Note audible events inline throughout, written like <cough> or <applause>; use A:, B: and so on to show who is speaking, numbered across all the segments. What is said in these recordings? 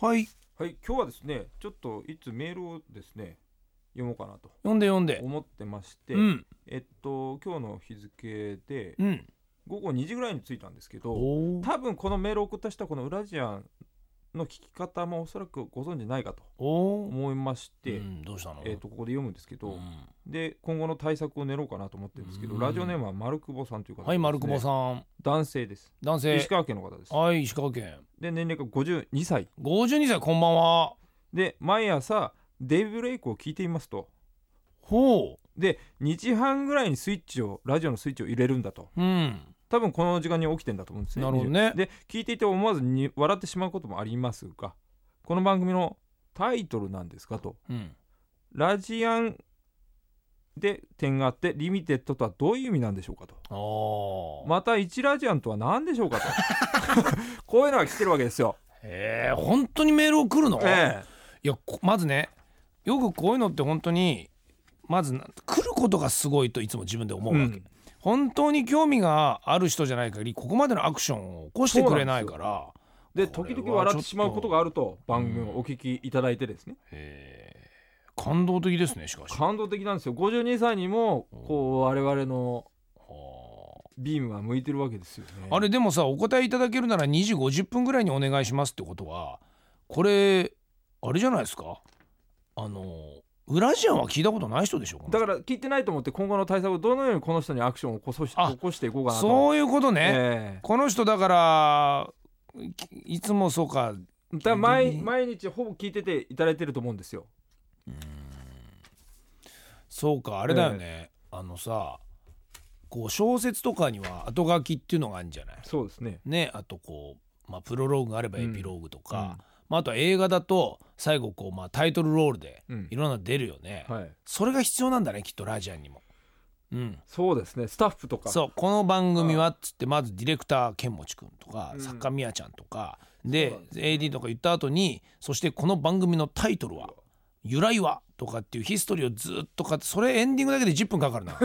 A: はい
B: はい今日はですねちょっといつメールをですね読もうかなと
A: 読んで読んで
B: 思ってまして、
A: うん
B: えっと今日の日付で
A: うん
B: 午後2時ぐらいに着いたんですけど
A: お
B: 多分このメールを送った人はこのウラジアンの聞き方もおそらくご存知ないかと
A: お
B: 思いまして、
A: うん、どうしたの
B: えっとここで読むんですけど、
A: うん
B: で今後の対策を練ろうかなと思ってるんですけど、
A: うん
B: ラジオネームは丸久保さんという方です、ね、
A: はい丸久保さん
B: 男性です
A: 男性
B: 石川県の方です
A: はい石川県
B: で年齢が52歳
A: 52歳こんばんは
B: で毎朝デイブレイクを聞いていますと
A: ほ
B: で2時半ぐらいにスイッチをラジオのスイッチを入れるんだと
A: ううん
B: 多分この時間に起きてんだと思うんですね
A: なるほどね
B: で聞いていて思わずに笑ってしまうこともありますがこの番組のタイトルなんですかと
A: うん
B: ラジアンで点があってリミテッドとはどういう意味なんでしょうかと
A: あー、
B: また1ラジアンとは何でしょう
A: <laughs>
B: かとこういうのが来てるわけですよ、
A: えー、本当にメール送るの、
B: ええ
A: いやこまずねよくこういうのって本当にまずな来ることがすごいといつも自分で思うわけ、
B: うん
A: 本当に興味がある人じゃない限りここまでのアクションを起こしてくれないから
B: で
A: これ
B: 時
A: は
B: 々笑ってしまうことがあると番組をお聞きいただいてですね
A: えー感動的ですねしかし。
B: 感動的なんですよ52歳にもこう我々のビームが向いてるわけですよね
A: あれでもさお答えいただけるなら2時50分ぐらいにお願いしますってことはこれあれじゃないですかあのウラジアンは聞いたことない人でしょ
B: だから聞いてないと思って今後の対策をどのようにこの人にアクションを起こそし
A: あ
B: 起こしていこうかなと
A: そういうことね、
B: ええ
A: この人だからきいつもそうか
B: だから毎毎日ほぼ聞いてていただいてると思うんですよ
A: そうかあれだよね、あのさこう小説とかには後書きっていうのがあるんじゃない
B: そうですね
A: ねあとこう、まあ、プロローグがあればエピローグとか、
B: うんうん
A: まあ、あとは映画だと最後こう、まあ、タイトルロールで
B: うん
A: いろんなの出るよね、
B: はい
A: それが必要なんだねきっとラジアンにも。うん、
B: そうですねスタッフとか
A: そうこの番組はっつってまずディレクター剣持君とか
B: うん
A: 作家みやちゃんとかで
B: そうなん
A: AD とか言った後にそしてこの番組のタイトルは由来はとかっていうヒストリーをずっとかってそれエンディングだけで10分かかる <laughs> な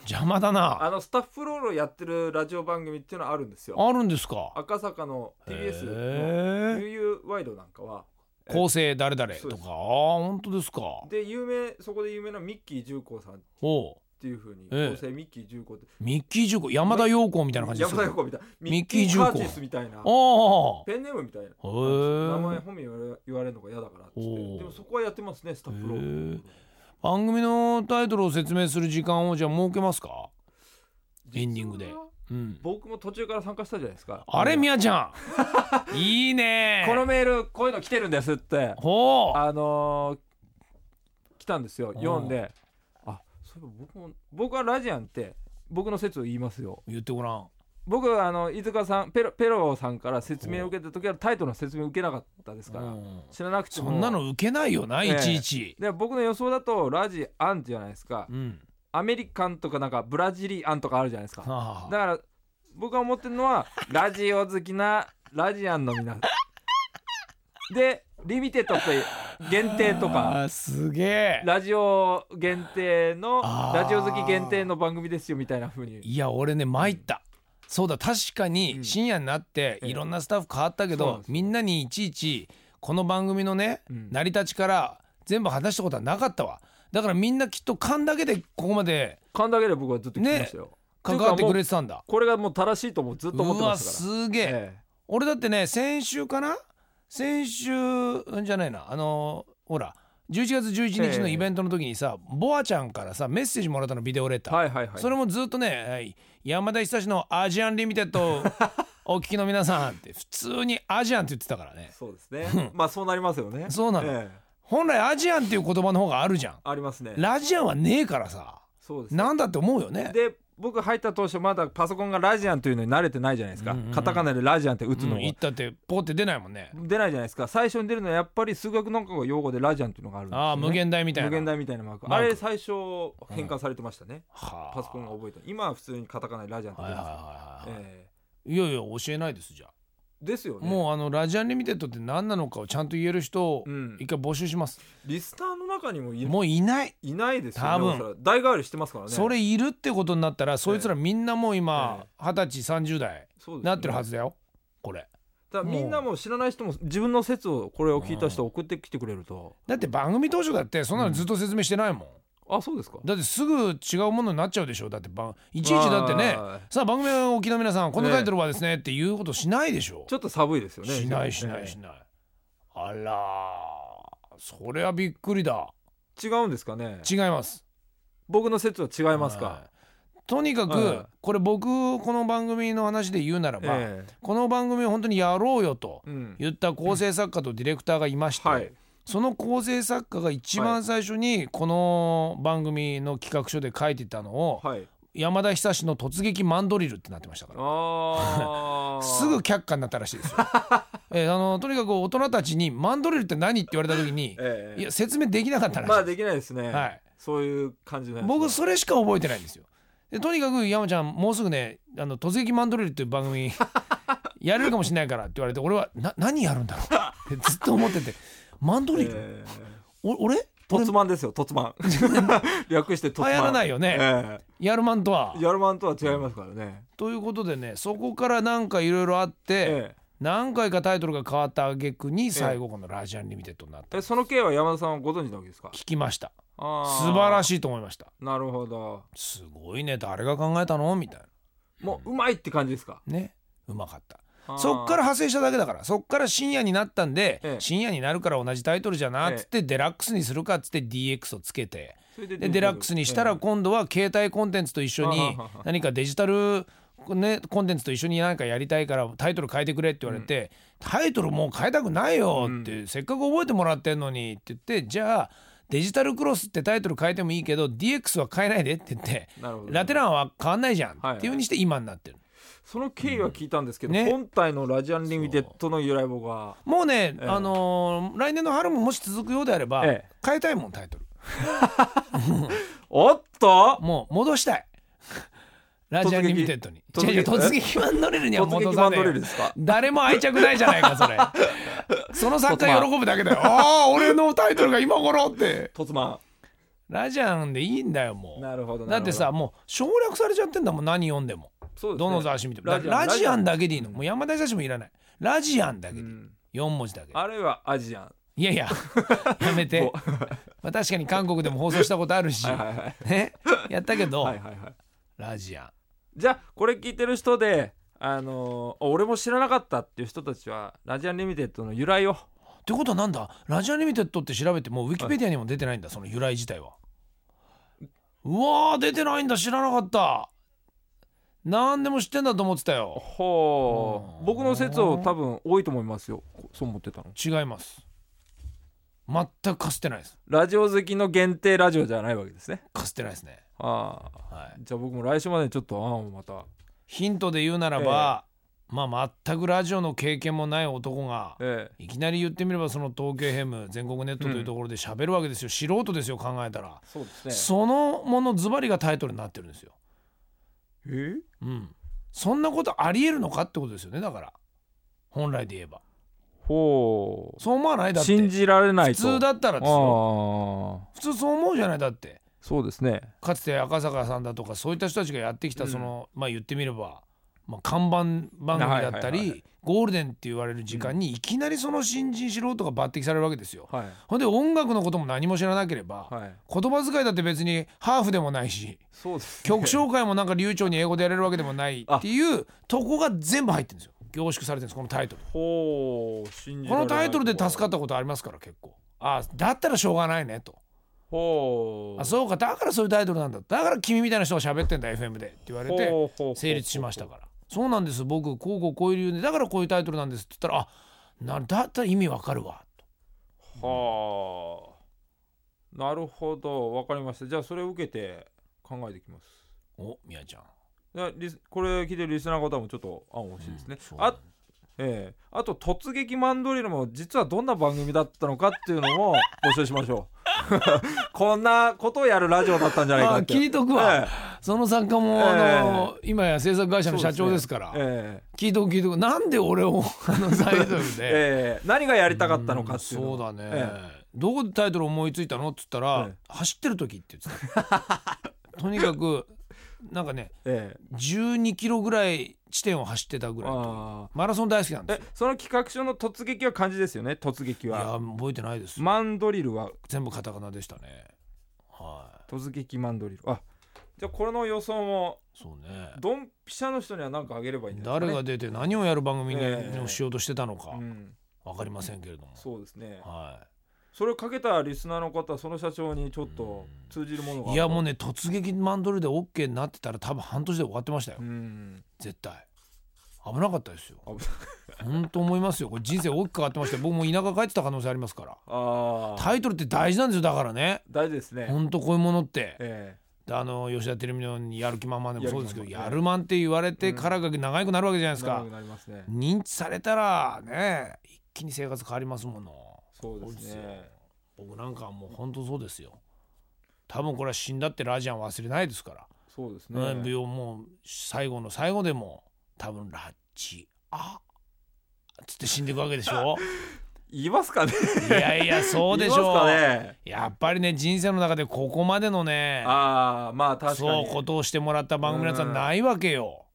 A: 邪魔だな
B: あのスタッフロールをやってるラジオ番組っていうのはあるんですよ
A: あるんですか
B: 赤坂の TBS の「
A: へえ
B: UU ワイド」なんかは
A: 構成誰々
B: そう
A: と
B: で
A: か
B: す
A: ああ本当ですか
B: で有名そこで有名なミッキー重工さんっ
A: おう
B: ていうふうに
A: ええ
B: 構成ミッキー重工って
A: ミッキー重工山田陽子みたいな感じで
B: 山
A: す
B: 田
A: よ
B: 横みたいな
A: ミッキー重工
B: カーチスみたいな
A: あ
B: ペンネームみたいな名
A: あ
B: 前
A: へえ
B: 本名言われ言われるのが嫌だからっつって
A: おー
B: でもそこはやってますねスタッフロ
A: へ
B: ー
A: え番組のタイトルを説明する時間をじゃあ設けますか
B: ル
A: エンディングで
B: 実は
A: うん
B: 僕も途中から参加したじゃないですか
A: あれ
B: み
A: みやちゃ
B: <laughs>
A: んいいね
B: このメールこういうの来てるんですって
A: ほう
B: あのー来たんですよ
A: ん
B: 読んであそういえば僕も僕はラジアンって僕の説を言いますよ
A: 言ってごらん
B: 僕はあの飯塚さんペロペロさんから説明を受けた時はタイトルの説明を受けなかったですから
A: うん
B: 知らなくても
A: そんなの受けないよな、
B: ええ
A: いちいち、
B: で僕の予想だとラジアンじゃないですか
A: うん
B: アメリカンとかなんかブラジリアンとかあるじゃないですか
A: は
B: だから僕が思ってるのはラジオ好きなラジアンの皆でリミテッドって限定とか
A: あーすげえ
B: ラジオ限定の
A: あー
B: ラジオ好き限定の番組ですよみたいな風に
A: いや俺ね参った、そうだ確か
B: う
A: に
B: ん
A: 深夜になって
B: ええ
A: いろんなスタッフ変わったけ
B: そうなん
A: ど
B: ですよ
A: みんなにいちいちこの番組のね
B: うん
A: 成り立ちから全部話したことはなかったわだからみんなきっと勘だけでここまで
B: 勘だけで僕はずっと聞きましたよ、
A: 関わってくれてたんだ
B: これがもう正しいともずっと思っ
A: う
B: てま
A: わ
B: すか
A: すげ
B: ら、
A: え
B: え
A: 俺だってね先週かな先週んじゃないなあのほら11月11日の
B: ええ
A: イベントの時にさ、ボアちゃんからさメッセージもらったのビデオレタ
B: え
A: ー、
B: はいはいはい
A: それもずっとね、はい、山田久志の「アジアンリミテ
B: <laughs>
A: ッド」お聞きの皆さんって普通に「アジアン」って言ってたからね
B: そうですねまあそうなりますよね
A: そうなの
B: ええ
A: 本来「アジアン」っていう言葉の方があるじゃん
B: ありますね
A: ラジアンはねえからさ
B: そうですね
A: なんだって思うよね
B: で僕入った当初まだパソコンがラジアンというのに慣れてないじゃないですか、
A: うんうんうん
B: カタカナでラジアンって打つ
A: うん
B: のも
A: 言ったってポーって出ないもんね
B: 出ないじゃないですか最初に出るのはやっぱり数学なんかが用語でラジアンというのがあるんですよ、ね、
A: ああ無限大みたいな
B: 無限大みたいなマーク
A: マー
B: あ
A: ク
B: れ最初変換されてましたね、
A: はあ
B: パソコンが覚えた今は普通にカタカナでラジアンって
A: は
B: 出
A: いは
B: ます、
A: いはいはい、
B: え
A: いやいや教えないですじゃあ
B: えですよね
A: もうあのラジアンリミテッドって何なのかをちゃんと言える人を
B: うん
A: 一回募集します、
B: リスナーの中にもい
A: もういない
B: いないですよね
A: 多分
B: おそらく代替わりしてますからね
A: それいるってことになったらそいつらみんなもう今
B: え
A: 二十歳30代
B: そうですね
A: なってるはずだよこれ
B: だからみんなも知らない人も自分の説をこれを聞いた人送ってきてくれると、
A: だって番組当初だってそんなのずっと説明してないもん、
B: あそうですか
A: だってすぐ違うものになっちゃうでしょだってばんいちいちだってね
B: あー
A: さあ番組をお聞きの皆さんこのタイトルはですねっていうことしないでしょ
B: ちょっと寒いですよね
A: しないしないし
B: え
A: ないあらーそれはびっくりだ
B: え違うんですかね
A: 違います
B: 僕の説は違います
A: は
B: か、
A: いとにか
B: うん
A: くこれ僕この番組の話で言うならば、
B: ええ
A: この番組を本当にやろうよと
B: うん
A: 言った構成作家とディレクターがいまして、
B: はい
A: その構成作家が一番最初にこの番組の企画書で書いてたのを
B: はい
A: 山田久志の突撃マンドリルってなってましたから
B: あー
A: <laughs> すぐ却下になったらしいです
B: <laughs>
A: よ、えーあのとにかく大人たちにマンドリルって何って言われた時に
B: <laughs> ええ
A: いや説明できなかったらしい
B: まあ
A: です
B: できないですね、
A: はい
B: そういう感じのやつ
A: 僕それしか覚えてないんですよでとにかく山ちゃんもうすぐね「あの突撃マンドリル」っていう番組 <laughs> やれるかもしれないからって言われて俺はな何やるんだろうってずっと思っててマンドリル、 <laughs>
B: ええ
A: お俺
B: トツマンですよトツ
A: <laughs>
B: マン略してトツマン
A: 流行らないよね
B: え
A: やるマンとは
B: えヤルマンとは違いますからね
A: ということでねそこからなんかいろいろあって、
B: え
A: 何回かタイトルが変わった挙句に最後この「ラジアンリミテッド」になった
B: ええその経は山田さんはご存知なわけですか
A: 聞きました素
B: 素
A: 晴ら
B: い
A: しいと思いました
B: なるほど
A: すごいね誰が考えたのみたい
B: もううまいって感じですか
A: なねうまかった
B: あー
A: そっから派生しただけだからそっから深夜になったんで、
B: ええ
A: 深夜になるから同じタイトルじゃなっつって、デラックスにするかっつって DX をつけて
B: それで
A: でデラックスにしたら
B: え
A: 今度は携帯コンテンツと一緒
B: はは
A: に
B: はは
A: 何かデジタル、ね、コンテンツと一緒に何かやりたいからタイトル変えてくれって言われて、タイトルもう変えたくないよって、せっかく覚えてもらってんのにって言ってじゃあデジタルクロスってタイトル変えてもいいけど DX は変えないでって言って
B: えなるほど
A: ラテランは変わんないじゃんっていうふうにして今になってる。
B: その経緯は聞いたんですけど、
A: ね
B: 本体のラジアンリミテッドの由来僕は
A: もうね、
B: ええ
A: あのー来年の春ももし続くようであれば、
B: ええ
A: 変えたいもんタイトル
B: おっと
A: もう戻したい <laughs> ラジアンリミテッドに
B: 突撃
A: 違う違う突撃マンドリルには
B: 突
A: 戻
B: 撃
A: さ
B: マン
A: ね
B: ド
A: え
B: リ
A: よ
B: ルですか
A: 誰も愛着ないじゃないか
B: <laughs>
A: それその作家喜ぶだけだよああ俺のタイトルが今頃って
B: 突マ
A: ラジアンでいいんだよも
B: ン
A: う
B: なるほどな
A: だ
B: るほど
A: ってさもう省略されちゃってんだもん何読んでも
B: そうですね
A: どの雑誌見てもだ
B: ラ
A: か
B: ジアン
A: らラジアンだ
B: け、
A: けでいいのもう山田久志もいらないラジアンだけ
B: う
A: でいい
B: ん
A: 4文字だけ
B: あるいはアジアン
A: い
B: <laughs>
A: やいややめて
B: も
A: まあ確かに韓国でも放送したことあるし
B: はいはいはい
A: ね、やったけど、
B: はいはいはい
A: ラジアン
B: じゃあこれ聞いてる人であのーあ俺も知らなかったっていう人たちはラジアンリミテッドの由来を
A: ってことはなんだラジアンリミテッドって調べてもウィキペディアにも出てないんだ、その由来自体はうわー出てないんだ知らなかった何でも知ってんだと思ってたよ
B: ほ
A: う
B: うん僕の説を多分多いと思いますよこそう思ってたの
A: 違います全くかすってないです
B: ラジオ好きの限定ラジオじゃないわけですね
A: かすってないですね
B: ああ
A: はい
B: じゃあ僕も来週までにちょっとああまた
A: ヒントで言うならば、まあ全くラジオの経験もない男が
B: ええ
A: いきなり言ってみればその東京ヘム全国ネットというところで喋るわけですよ、素人ですよ考えたら、
B: そうですね
A: そのものズバリがタイトルになってるんですよ
B: え
A: うん、そんなことありえるのかってことですよねだから本来で言えば
B: ほう
A: そう思わないだって
B: 信じられない
A: 普
B: と
A: 通だったらですよ
B: ああ
A: 普通そう思うじゃないだって
B: そうですね
A: かつて赤坂さんだとかそういった人たちがやってきた
B: うん
A: その、まあ言ってみれば、まあ、看板番組だった
B: はいはい
A: り、
B: はいは
A: ゴールデンって言われる時間にいきなりその新人素人が抜擢されるわけですよ。
B: はい
A: ほんで音楽のことも何も知らなければ、
B: はい
A: 言葉遣いだって別にハーフでもないし
B: そうですね
A: 曲 <laughs> 紹介もなんか流暢に英語でやれるわけでもないっていうとこが全部入ってるんですよ凝縮されてるんですこのタイトル
B: ほう信じ
A: こ
B: られな
A: の
B: い
A: タイトルで助かったことありますから結構ああだったらしょうがないねと
B: ほう
A: あそうかだからそういうタイトルなんだだから君みたいな人が喋ってんだ FM でって言われて
B: ほうほう
A: 成立しましたからそうなんです僕こうこうこういう理由でだからこういうタイトルなんですって言ったらあなだったら意味わかるわと
B: はあなるほどわかりましたじゃあそれを受けて考えてきます
A: おみやちゃん
B: じゃあリスこれ聞いてるリスナーの方もちょっと案を欲しいですね、
A: そう
B: あええあと「突撃マンドリル」も実はどんな番組だったのかっていうのも募集しましょう <laughs> こんなことをやるラジオだったんじゃない
A: ま
B: か
A: あ
B: って
A: 聞いとくわ
B: え
A: その作家もあの今や制作会社の社長ですから
B: ええ
A: 聞いとく聞いとくなんで俺を <laughs> あのタイト
B: え
A: ルで
B: ええ何がやりたかったのかっていうの
A: そうだね、
B: え
A: どこでタイトル思いついたのっつったら、
B: ええ
A: <laughs> 走ってる時って言ってたとにかくなんかね
B: ええ
A: 12キロぐらい地点を走ってたぐらいと
B: あ
A: マラソン大好きなんで
B: ーえ
A: すよ
B: その企画書の突撃は漢字ですよね突撃
A: い
B: は
A: や覚えてないです、
B: マンドリルは
A: 全部カタカナでしたねはい
B: 突撃マンドリルあじゃあこれの予想も
A: そうね
B: ドンピシャの人には何かあげればいいんじゃない
A: 誰
B: ですか、
A: が
B: ね、
A: 出て何をやる番組
B: ええ
A: にをしようとしてたのか
B: うん、
A: わかりませんけれども
B: そうですね
A: は
B: それをかけたリスナーの方その社長にちょっと通じるものが
A: いいやもう
B: う
A: ね突撃マンドリルで OK になってたら多分半年で終わってましたよ
B: うん
A: 絶対危なかったですよ
B: 危な
A: 本当思いますよこれ人生大きく変わってましたよ僕も田舎帰ってた可能性ありますから
B: ああ
A: タイトルって大事なんですよだからね
B: 大事ですね
A: 本当こういうものって
B: え
A: であの吉田テレビのようにやる気満々でもそうですけど
B: やる気満々
A: やるまんって言われてからが長くなるわけじゃない
B: え
A: です
B: 長
A: か
B: くなりますね
A: 認知されたらね一気に生活変わりますもの
B: そうです
A: そうです
B: ね
A: 僕なんかはもう本当そうですよ多分これは死んだってラジアン忘れないですから
B: そうですね
A: ね、病もう最後の最後でも多分ラッチあつって死んでいくわけでしょ
B: 言いますかね
A: いやいやそうでし
B: 言い
A: ょ
B: ま
A: う、
B: すかね
A: やっぱりね人生の中でここまでのね
B: ああまあ確か
A: そ
B: に
A: うことをしてもらった番組なんてないわけよ。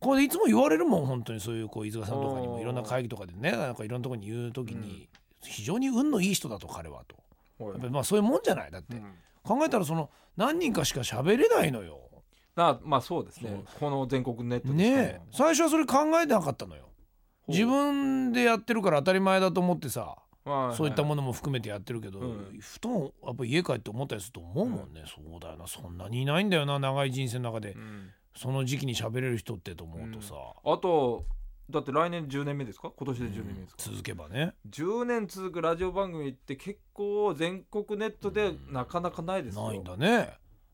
A: これいつも言われるもん本当にそういうこう飯塚さんとかに
B: お
A: も
B: ー
A: いろんな会議とかでねなんかいろんなところに言う時に非常に運のいい人だと彼はと
B: はい
A: やっぱりまあそういうもんじゃないだっ
B: う
A: て
B: ん
A: 考えたらその何人かしか喋れないのよ。
B: なまあそうですねこの全国ネットですから
A: ねえ最初はそれ考えてなかったのよ
B: ほう
A: 自分でやってるから当たり前だと思ってさ
B: はは
A: そういったものも含めてやってるけど、
B: うん
A: ふとやっぱ家帰って思ったりすると思うもんね、そうだよなそんなにいないんだよな長い人生の中で
B: うん
A: その時期に喋れる人ってと思うとさ、
B: あとだって来年10年目ですか今年で10年目ですか、
A: 続けばね
B: 10年続くラジオ番組って結構全国ネットでなかなかないですよ、
A: ないんだね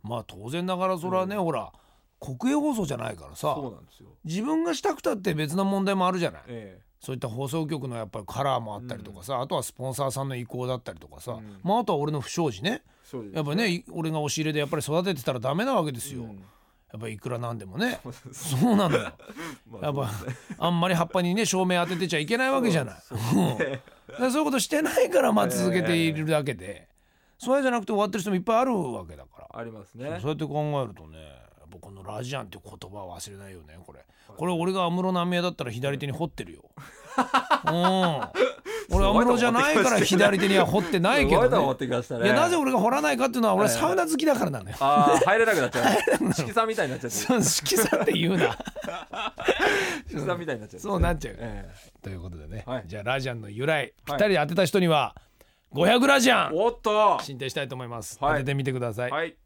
A: まあ当然ながらそれはね、
B: う
A: ほら国営放送じゃないからさ
B: そうなんですよ
A: 自分がしたくたって別な問題もあるじゃない
B: え
A: そういった放送局のやっぱりカラーもあったりとかさ、あとはスポンサーさんの意向だったりとかさ、
B: うん
A: まああとは俺の不祥事ね
B: えそうです
A: やっぱねい俺が押し入れでやっぱり育ててたらダメなわけですよ、
B: う
A: や
B: ん
A: っぱりいくらなんでもね
B: そうです
A: そうなのよ
B: まあ
A: やっぱあんまり葉っぱにね照明当ててちゃいけないわけじゃない
B: そうです
A: <laughs>
B: ね
A: だからそういうことしてないからまあ
B: ええ
A: 続けているだけで、そうじゃなくて終わってる人もいっぱいあるわけだから
B: ありますね
A: そうやって考えるとねやっぱこの「ラジアン」っていう言葉は忘れないよねこれこれ俺が安室奈美恵だったら左手に掘ってるよ。
B: <laughs>
A: うん、俺安室じゃないから左手には掘ってないけ
B: すごいと思
A: ど
B: っ、てきました
A: ね、
B: ね
A: いやなぜ俺が掘らないかっていうのは俺
B: ええ
A: サウナ好きだからなのよ。
B: ああ入れなくなっち
A: <laughs>
B: ゃう色さんみたいになっちゃって
A: そう好きさって言うな
B: 色さんみたいになっちゃ
A: そうなっちゃう、
B: ええ
A: <laughs> ということでね、
B: はい
A: じゃあラジアンの由来ぴったり当てた人には500ラジアン
B: おっと
A: 進呈したいと思います、
B: はい
A: 当ててみてください
B: はい